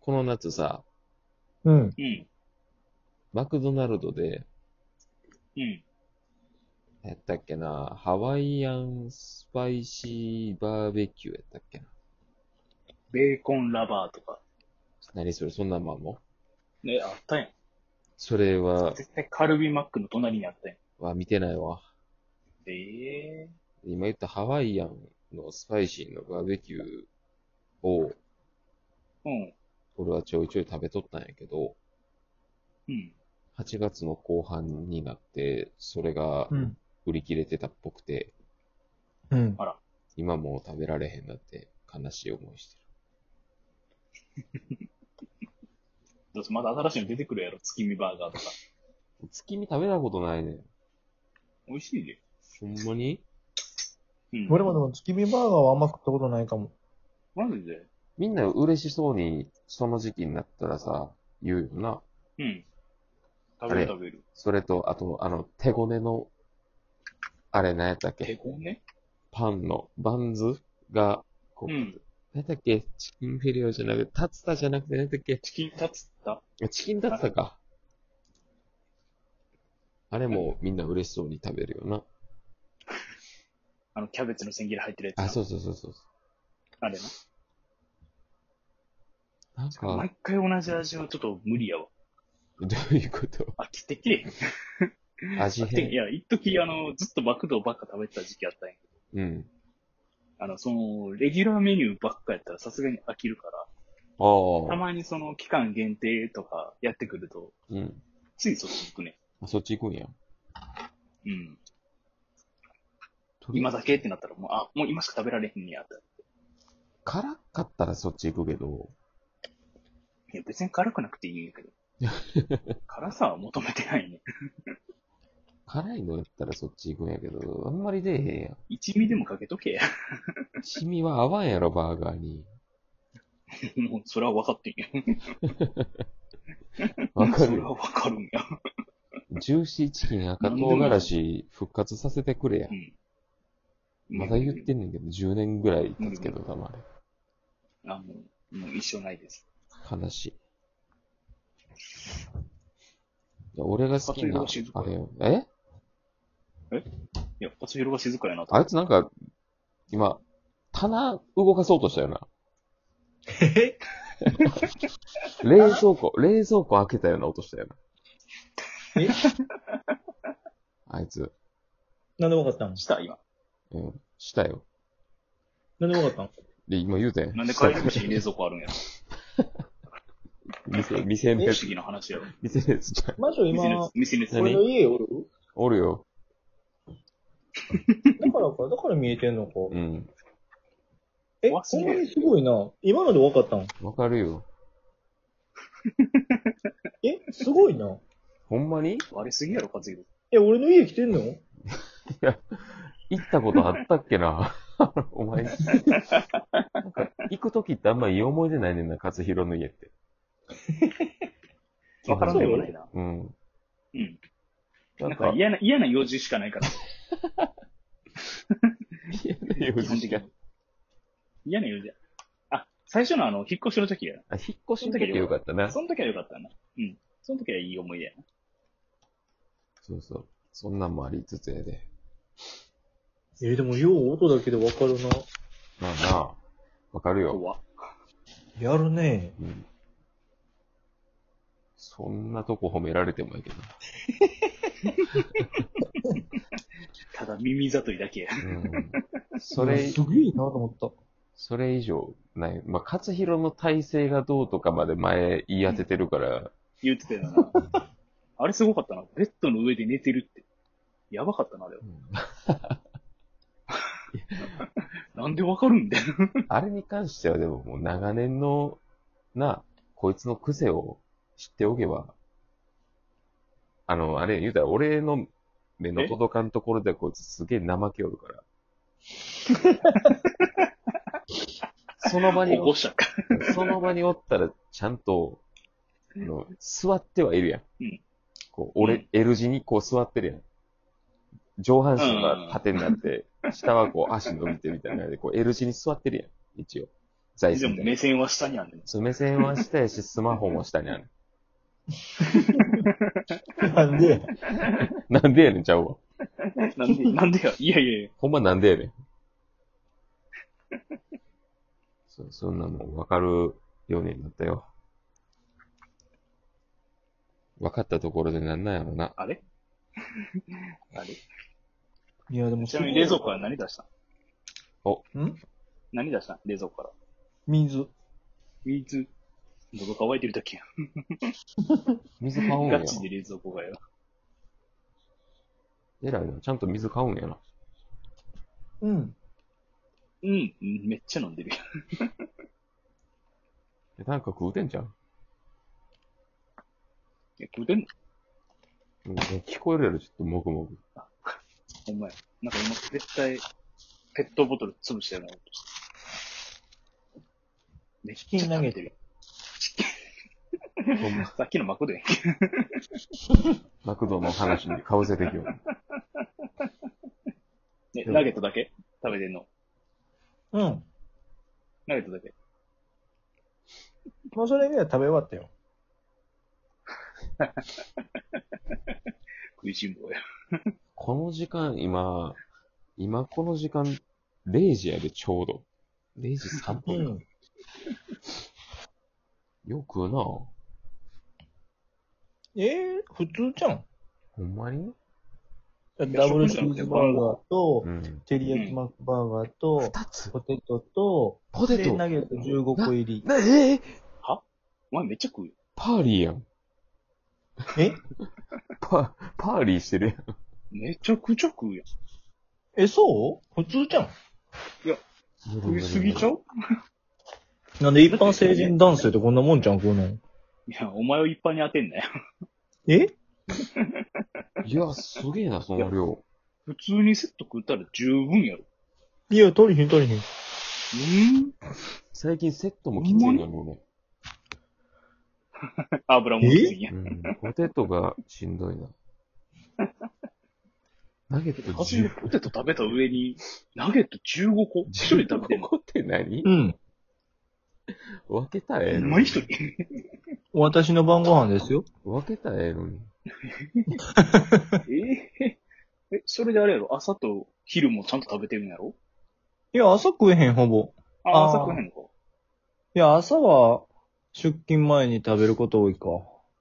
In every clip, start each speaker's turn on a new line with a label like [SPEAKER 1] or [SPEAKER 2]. [SPEAKER 1] この夏さ、
[SPEAKER 2] うん。
[SPEAKER 3] うん。
[SPEAKER 1] マクドナルドで、
[SPEAKER 3] うん。
[SPEAKER 1] やったっけな、ハワイアンスパイシーバーベキューやったっけな。
[SPEAKER 3] ベーコンラバーとか。
[SPEAKER 1] 何それ、そんなんまんの
[SPEAKER 3] ね、あったやん。
[SPEAKER 1] それは、
[SPEAKER 3] 絶対カルビマックの隣にあったやん。
[SPEAKER 1] は見てないわ。
[SPEAKER 3] ええ
[SPEAKER 1] 今言ったハワイアンのスパイシーのバーベキューを、
[SPEAKER 3] うん。
[SPEAKER 1] 俺はちょいちょい食べとったんやけど、
[SPEAKER 3] うん。
[SPEAKER 1] 8月の後半になって、それが
[SPEAKER 2] うん。
[SPEAKER 1] 売り切れてたっぽくて、
[SPEAKER 2] うん。
[SPEAKER 1] 今もう食べられへんだって悲しい思いしてる。
[SPEAKER 3] どうせまだ新しいの出てくるやろ。月見バーガーとか。
[SPEAKER 1] 月見食べたことないねん。
[SPEAKER 3] 美味しいで。
[SPEAKER 1] ほんまに
[SPEAKER 3] うん。
[SPEAKER 2] 俺もでも月見バーガーは甘くったことないかも。
[SPEAKER 3] マジで
[SPEAKER 1] みんな嬉しそうに、その時期になったらさ、言うよな。
[SPEAKER 3] うん。
[SPEAKER 1] あ
[SPEAKER 3] 食べ
[SPEAKER 1] れ
[SPEAKER 3] る食べる。
[SPEAKER 1] それと、あと、あの、手ごねの、あれ、何やったっ
[SPEAKER 3] 手
[SPEAKER 1] け
[SPEAKER 3] こね
[SPEAKER 1] パンの、バンズが、こう、
[SPEAKER 3] う
[SPEAKER 1] なん、
[SPEAKER 3] ん。
[SPEAKER 1] 何やったっけチキンフィレオじゃなくて、タツタじゃなくて、何やったっけ
[SPEAKER 3] チキンタツタ
[SPEAKER 1] チキンタツタか。あれもみんな嬉しそうに食べるよな。
[SPEAKER 3] あの、キャベツの千切り入ってるやつな。
[SPEAKER 1] あ、そうそうそうそう。
[SPEAKER 3] あれな。
[SPEAKER 1] なんか、
[SPEAKER 3] 毎回同じ味はちょっと無理やわ。
[SPEAKER 1] どういうこと
[SPEAKER 3] 飽きてきれ
[SPEAKER 1] 味
[SPEAKER 3] へん。い
[SPEAKER 1] 変。
[SPEAKER 3] や、一時あの、ずっとバクドばっか食べてた時期あったんやけど、
[SPEAKER 1] うん。
[SPEAKER 3] あの、その、レギュラーメニューばっかやったらさすがに飽きるから、
[SPEAKER 1] あ
[SPEAKER 3] た
[SPEAKER 1] あ。
[SPEAKER 3] まにその、期間限定とかやってくると、
[SPEAKER 1] うん。
[SPEAKER 3] ついそっち行くね。
[SPEAKER 1] あそっち行くんや。
[SPEAKER 3] うん。
[SPEAKER 1] とりあ
[SPEAKER 3] 今
[SPEAKER 1] えず
[SPEAKER 3] だけってなったらもう、あ、もう今しか食べられへんねやって。
[SPEAKER 1] 辛かったらそっち行くけど、
[SPEAKER 3] いや、別に辛くなくていいん やけど。辛さは求めてないね。
[SPEAKER 1] 辛いのやったらそっち行くんやけど、あんまり出えへんや
[SPEAKER 3] 一味でもかけとけ や。
[SPEAKER 1] ん。シミは合わんやろ、バーガーに。
[SPEAKER 3] もう、それは分かってんや。
[SPEAKER 1] わか
[SPEAKER 3] それ
[SPEAKER 1] る。
[SPEAKER 3] は分かるんや。
[SPEAKER 1] ジューシーチキン赤唐辛子復活させてくれや
[SPEAKER 3] う。ん。
[SPEAKER 1] まだ言ってんねんけど、10年ぐらい経つけど、たま
[SPEAKER 3] あ、もう、もう一生ないです。
[SPEAKER 1] れ。悲しい。いや俺が好きな
[SPEAKER 3] あと色々静、か
[SPEAKER 1] あれよ。え
[SPEAKER 3] いや、勝弘が静かやなと。
[SPEAKER 1] あいつなんか、今、棚動かそうとしたよな。
[SPEAKER 2] え
[SPEAKER 1] 冷蔵庫、冷蔵庫開けたような音したよな。
[SPEAKER 2] え
[SPEAKER 1] あいつ、
[SPEAKER 2] なんでわかったん
[SPEAKER 3] した、今。
[SPEAKER 1] うん、したよ。
[SPEAKER 2] なんでわかっ
[SPEAKER 1] で、今言うてん。
[SPEAKER 3] なんで帰り口に冷蔵庫あ るんやろ。
[SPEAKER 1] 店、店
[SPEAKER 3] 不
[SPEAKER 1] の
[SPEAKER 3] 思
[SPEAKER 1] やつ、
[SPEAKER 3] 議な話やろ。
[SPEAKER 1] 店のやつちゃう
[SPEAKER 2] たん魔女
[SPEAKER 3] 店のや
[SPEAKER 2] 今
[SPEAKER 3] つ、、店のやつ。
[SPEAKER 1] 何
[SPEAKER 2] 俺の家おる
[SPEAKER 1] おるよ。
[SPEAKER 2] だからか、だから見えてんのか。
[SPEAKER 1] うん。
[SPEAKER 2] え、
[SPEAKER 3] わす
[SPEAKER 2] ほん
[SPEAKER 3] ごい
[SPEAKER 2] まにすごいな。今のでわかったん
[SPEAKER 1] わかるよ。
[SPEAKER 2] え、すごいな。
[SPEAKER 1] ほんまに
[SPEAKER 3] 割れすぎやろ、勝弘。
[SPEAKER 2] え、俺の家来てんの
[SPEAKER 1] 行ったことあったっけな お前。なんか、行くときってあんまいい思い出ないねんな、勝弘の家って。
[SPEAKER 3] わからんでもないな。
[SPEAKER 1] うん。
[SPEAKER 3] うん。
[SPEAKER 1] な
[SPEAKER 3] なんんか
[SPEAKER 1] か、
[SPEAKER 3] 嫌な、嫌な用事しかないから。
[SPEAKER 1] 嫌な用
[SPEAKER 3] 基本
[SPEAKER 1] 事しか
[SPEAKER 3] 的に。嫌な用事や。あ、最初のあの、引っ越しの時や
[SPEAKER 1] あ、引っ越しの時よかったな。
[SPEAKER 3] な。その時はよかったな。うん。その時はいい思い出やな。
[SPEAKER 1] そうそう。そんなんもありつつやで。
[SPEAKER 2] え、でもよう音だけでわかるな。
[SPEAKER 1] まあなあ、わかるよ。
[SPEAKER 3] 怖っ
[SPEAKER 2] やるね。
[SPEAKER 1] うん。そんなとこ褒められてもやけど。
[SPEAKER 3] ただ耳ざといだけや。
[SPEAKER 1] うん。それ、
[SPEAKER 2] すげえなと思った。
[SPEAKER 1] それ以上ない。まあ、勝弘の体勢がどうとかまで前言い当ててるから、
[SPEAKER 3] 言ってたよな。 あれすごかったな。ベッドの上で寝てるって。やばかったな、あれは。 なんでわかるんだよ。
[SPEAKER 1] あれに関してはでももう長年の、なあ、こいつの癖を知っておけば、あの、あれ言うたら俺の目の届かんところでこいつすげえ怠けおるから。その場に
[SPEAKER 3] 起こしたか。
[SPEAKER 1] その場におったら、ちゃんと、あの座ってはいるやん。
[SPEAKER 3] うん
[SPEAKER 1] こう俺、
[SPEAKER 3] うん
[SPEAKER 1] L 字にこう座ってるやん。上半身 が縦になって、下はこう足伸びてみたいなので、こう L 字に座ってるやん。一応。座椅
[SPEAKER 3] で
[SPEAKER 1] 子
[SPEAKER 3] も
[SPEAKER 1] みたいな
[SPEAKER 3] 目。線は下にあるね。
[SPEAKER 1] そう目線は下やし、スマホも下にある。
[SPEAKER 2] なん で、
[SPEAKER 1] なんでやねんちゃうわ。
[SPEAKER 3] なんで、なんでや、いやいやいや。
[SPEAKER 1] ほんまなんでや ねん。そそんなもん分かるようになったよ。分かったところでなんなんやろな。
[SPEAKER 3] あれあれ
[SPEAKER 2] いや、でも
[SPEAKER 3] ち なみに冷蔵庫は何出した
[SPEAKER 2] ん
[SPEAKER 3] 何出した冷蔵庫から。
[SPEAKER 2] 水。
[SPEAKER 3] 水。喉乾いてるだけや。
[SPEAKER 1] 水買うんや
[SPEAKER 3] ガ。チで冷蔵庫がよ。
[SPEAKER 1] えらいな。ちゃんと水買うんやな。
[SPEAKER 2] うん。
[SPEAKER 3] うん、うんめっちゃ飲んでるやん。
[SPEAKER 1] えなんか食うてんじゃん。
[SPEAKER 3] いや食うてんの
[SPEAKER 1] うん聞こえるやろ、ちょっともぐ もぐ。
[SPEAKER 3] ほんまや。なんか今絶対、ペットボトル潰したような音してめっちゃ食べてる。
[SPEAKER 1] ほんま
[SPEAKER 3] さっきのマクドやん。
[SPEAKER 1] マクドの話にかぶせてきよう。
[SPEAKER 3] ね、
[SPEAKER 1] うん
[SPEAKER 3] ナゲットだけ食べてんの。
[SPEAKER 2] うん。
[SPEAKER 3] ナゲットだけ。
[SPEAKER 2] もうそれ以外は食べ終わったよ。
[SPEAKER 3] 食いしん坊や。
[SPEAKER 1] この時間、今、今この時間、0時やで、ちょうど。0時3
[SPEAKER 2] う
[SPEAKER 1] 分。
[SPEAKER 2] ん。
[SPEAKER 1] よく食うな。
[SPEAKER 2] ええ普通じゃん。
[SPEAKER 1] ほんまに
[SPEAKER 2] ダブルチーズバーガーと、
[SPEAKER 1] うん。
[SPEAKER 2] 照り焼きマックバーガーと、
[SPEAKER 1] 二つ
[SPEAKER 2] ポテトと、
[SPEAKER 1] ポテ
[SPEAKER 2] で、
[SPEAKER 1] ト
[SPEAKER 2] ナゲット15個入り。
[SPEAKER 1] なえー
[SPEAKER 3] お前めっちゃ食うよ。
[SPEAKER 1] パーリーやん。
[SPEAKER 2] え
[SPEAKER 1] パ、パーリーしてるやん。
[SPEAKER 3] めちゃくちゃ食うやん。
[SPEAKER 2] え、そう普通じゃん。
[SPEAKER 3] 食いすぎちゃう
[SPEAKER 2] なんで一般成人男性ってこんなもんじゃん、こうの。
[SPEAKER 3] いや、お前を一般に当てんなよ。
[SPEAKER 2] え
[SPEAKER 1] いや、すげえな、その量。
[SPEAKER 3] 普通にセット食ったら十分やろ。
[SPEAKER 2] いや、取りひん取りひん。
[SPEAKER 3] うん
[SPEAKER 1] 最近セットもきついのにね。
[SPEAKER 3] 油も別にや
[SPEAKER 1] う。ん。ポテトがしん どいな。ナゲット
[SPEAKER 3] 初め
[SPEAKER 1] 10
[SPEAKER 3] ポテト食べた上に、ナゲット15個一人で食べてんの。
[SPEAKER 1] 個って何
[SPEAKER 2] うん。
[SPEAKER 1] 分けたらええ
[SPEAKER 3] お
[SPEAKER 1] の
[SPEAKER 3] 前
[SPEAKER 1] に。
[SPEAKER 3] 一人。
[SPEAKER 2] 私の晩ご飯ですよ。
[SPEAKER 1] 分けたらええのに。
[SPEAKER 3] えええ、それであれやろ朝と昼もちゃんと食べてるんやろ
[SPEAKER 2] いや、朝食えへん、ほぼ。
[SPEAKER 3] あ、
[SPEAKER 2] あー
[SPEAKER 3] 朝食えへんのか。
[SPEAKER 2] いや、朝は、出勤前に食べること多いか。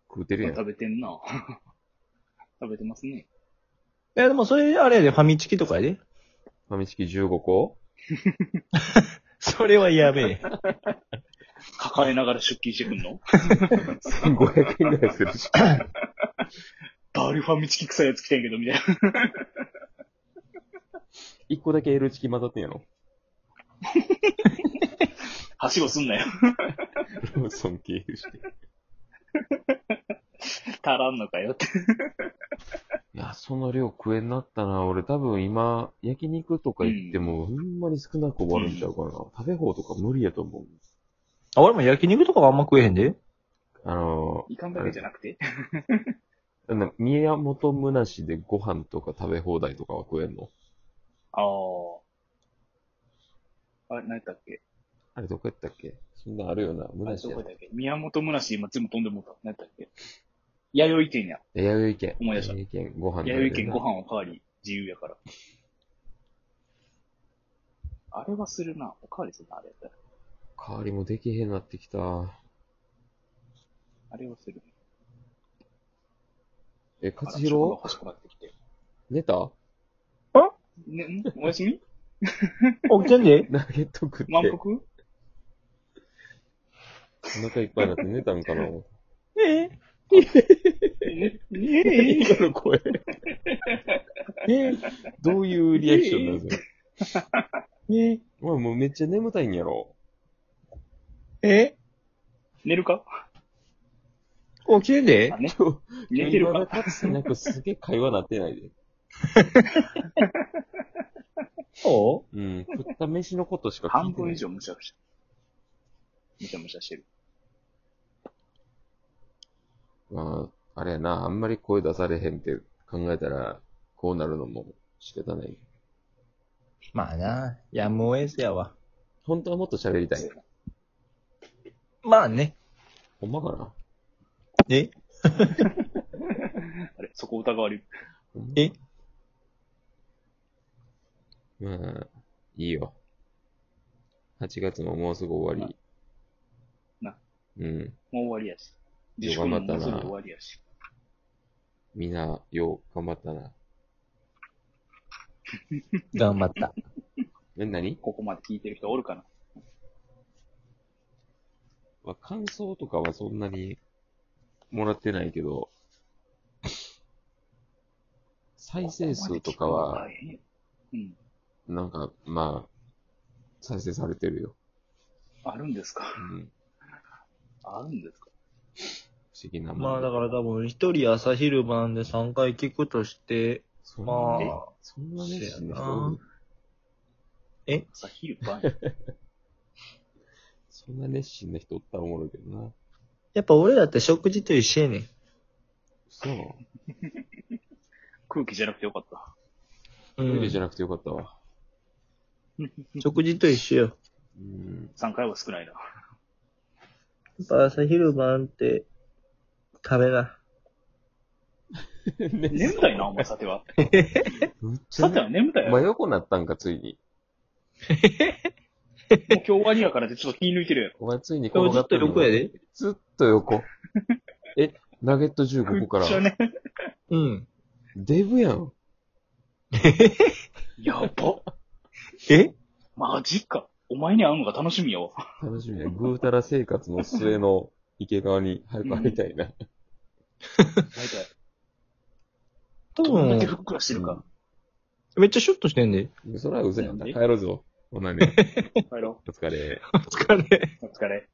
[SPEAKER 1] 食うてるやん。
[SPEAKER 3] 食べてんな。 食べてますね。
[SPEAKER 2] いや、でもそれ、あれやで、ファミチキとかやで。
[SPEAKER 1] ファミチキ15個
[SPEAKER 2] それはやべ え。
[SPEAKER 3] 抱えながら出勤してくんの
[SPEAKER 1] ?1500 円ぐらいするし。
[SPEAKER 3] バリファミチキ臭いやつ来てんけど、みたいな。
[SPEAKER 1] 1個だけ L チキ混ざってんやろ。
[SPEAKER 3] はしごすんなよ。
[SPEAKER 1] ローソン経由して。
[SPEAKER 3] 足らんのかよって。
[SPEAKER 1] いや、その量食えんなったな。俺多分今、焼肉とか行っても、ほんまに少なく終わるんちゃうかな。食べ放とか無理やと思う。
[SPEAKER 2] あ、俺も焼肉とかあんま食えへんで。
[SPEAKER 1] あの
[SPEAKER 3] いかんだけじゃなくて。
[SPEAKER 1] ー、なんだ宮本むなしでご飯とか食べ放題とかは食えんの
[SPEAKER 3] ああ。あれ、何やったっけ
[SPEAKER 1] あれどこやったっけそんなんあるよな。む
[SPEAKER 3] あれ、
[SPEAKER 1] なし
[SPEAKER 3] ど
[SPEAKER 1] や
[SPEAKER 3] こやったっけ宮本むなし、今全部飛んでもうた。何やったっけ弥生県や。
[SPEAKER 1] 弥生県。
[SPEAKER 3] 思い出した
[SPEAKER 1] 弥生県ご飯
[SPEAKER 3] 弥生県ご
[SPEAKER 1] 飯。
[SPEAKER 3] 飯は代わり自由やから。あれはするな。おかわりするな、あれやったら。
[SPEAKER 1] 代わりもできへんなってきた。
[SPEAKER 3] あれはする。
[SPEAKER 1] え、勝
[SPEAKER 3] あら食が
[SPEAKER 1] 弘
[SPEAKER 3] 欲しくなってきて。
[SPEAKER 1] 寝た
[SPEAKER 3] ね、んおや すみ
[SPEAKER 2] 起きてんで
[SPEAKER 1] ナゲット食って、
[SPEAKER 3] 満
[SPEAKER 1] お
[SPEAKER 3] 腹
[SPEAKER 1] 腹いっぱいになって寝たん かな
[SPEAKER 2] え
[SPEAKER 3] ね、
[SPEAKER 1] え
[SPEAKER 3] ねえ。
[SPEAKER 1] 今の声。
[SPEAKER 2] ええ
[SPEAKER 1] どういうリアクションなんですか
[SPEAKER 2] え
[SPEAKER 1] お前もうめっちゃ眠たいんやろ。
[SPEAKER 2] え
[SPEAKER 3] 寝るか
[SPEAKER 2] 起きてんで
[SPEAKER 3] あ、ね。
[SPEAKER 1] 今日
[SPEAKER 3] 寝てる
[SPEAKER 1] 今
[SPEAKER 3] か
[SPEAKER 1] 田達也なんかすげえ会話なってないで。
[SPEAKER 2] そ
[SPEAKER 1] うん。食った飯のことしか聞
[SPEAKER 3] 半
[SPEAKER 1] いて
[SPEAKER 3] 分
[SPEAKER 1] ない。
[SPEAKER 3] 以上むしゃむしゃ。むしゃむしゃしてる。
[SPEAKER 1] まあ、あれやな、あんまり声出されへんって考えたら、こうなるのも仕方ない。
[SPEAKER 2] うまあな、やむを得ずやわ。
[SPEAKER 1] 本当はもっと喋りたい。
[SPEAKER 2] まあね。
[SPEAKER 1] ほんまかな
[SPEAKER 2] え
[SPEAKER 3] あれ、そこ疑われる。
[SPEAKER 2] え
[SPEAKER 1] まあ、いいよ。8月ももうすぐ終わり。
[SPEAKER 3] な。
[SPEAKER 1] うん。
[SPEAKER 3] もう終わりやし。自
[SPEAKER 1] よ
[SPEAKER 3] 粛
[SPEAKER 1] く頑張
[SPEAKER 3] も
[SPEAKER 1] った
[SPEAKER 3] も
[SPEAKER 1] な
[SPEAKER 3] うすぐ終わりやし。
[SPEAKER 1] みんな、よう、頑張ったな。
[SPEAKER 2] 頑張った。
[SPEAKER 1] え、何
[SPEAKER 3] ここまで聞いてる人おるかな
[SPEAKER 1] まあ感想とかはそんなにもらってないけど、再生数とかは、。
[SPEAKER 3] うん。
[SPEAKER 1] なんか、まあ、再生されてるよ。
[SPEAKER 3] あるんですか
[SPEAKER 1] うん。
[SPEAKER 3] あるんですか
[SPEAKER 1] 不思議なもん
[SPEAKER 2] まあだから多分、一人朝昼晩で3回聞くとして、
[SPEAKER 1] そん
[SPEAKER 2] ま
[SPEAKER 1] な
[SPEAKER 2] あ
[SPEAKER 1] ね、そんなね、
[SPEAKER 2] そうやな
[SPEAKER 3] 朝昼 晩。
[SPEAKER 1] そんな熱心な人おったらおもろいけどな。
[SPEAKER 2] やっぱ俺だって食事と一緒やねん。
[SPEAKER 1] そう。
[SPEAKER 3] 空気じゃなくてよかった。
[SPEAKER 2] う
[SPEAKER 1] トイレ
[SPEAKER 2] ん
[SPEAKER 1] じゃなくてよかったわ。
[SPEAKER 2] 食事と一緒よ。
[SPEAKER 1] うん。
[SPEAKER 3] 3回は少ないな。
[SPEAKER 2] やっぱ朝昼晩って、食べな。
[SPEAKER 3] 眠たいな、お前、さては。
[SPEAKER 1] むっちゃ
[SPEAKER 3] さて
[SPEAKER 1] ね、
[SPEAKER 3] は眠たいよ。
[SPEAKER 1] 真
[SPEAKER 3] もう
[SPEAKER 1] 横になったんか、ついに。
[SPEAKER 3] 今日終わりやからってちょっと気抜いてるやろ。
[SPEAKER 1] お前ついに
[SPEAKER 2] でも
[SPEAKER 1] 転
[SPEAKER 2] ず
[SPEAKER 1] が
[SPEAKER 2] っ
[SPEAKER 1] った
[SPEAKER 2] と
[SPEAKER 1] の
[SPEAKER 2] 横や。で。
[SPEAKER 1] ずっと横。え、ナゲット15ここか
[SPEAKER 3] めっちゃ
[SPEAKER 1] ら。
[SPEAKER 3] ね。
[SPEAKER 2] うん。
[SPEAKER 1] デブやん。
[SPEAKER 3] やば。
[SPEAKER 2] え
[SPEAKER 3] マジか。お前に会うのが楽しみよ。
[SPEAKER 1] 楽しみや。ぐうたら生活の末の池川に早く会いたいな。
[SPEAKER 3] 大体。
[SPEAKER 2] 多
[SPEAKER 3] どんだけ
[SPEAKER 2] 分、
[SPEAKER 3] ふっくらしてるか。
[SPEAKER 2] めっちゃシュッとしてんで。
[SPEAKER 1] それは嘘やんな。
[SPEAKER 3] なんで
[SPEAKER 1] 帰ろうぞ。ほなね。
[SPEAKER 3] 帰ろ
[SPEAKER 1] お疲れ。
[SPEAKER 2] お疲れ。
[SPEAKER 3] う。お疲れ。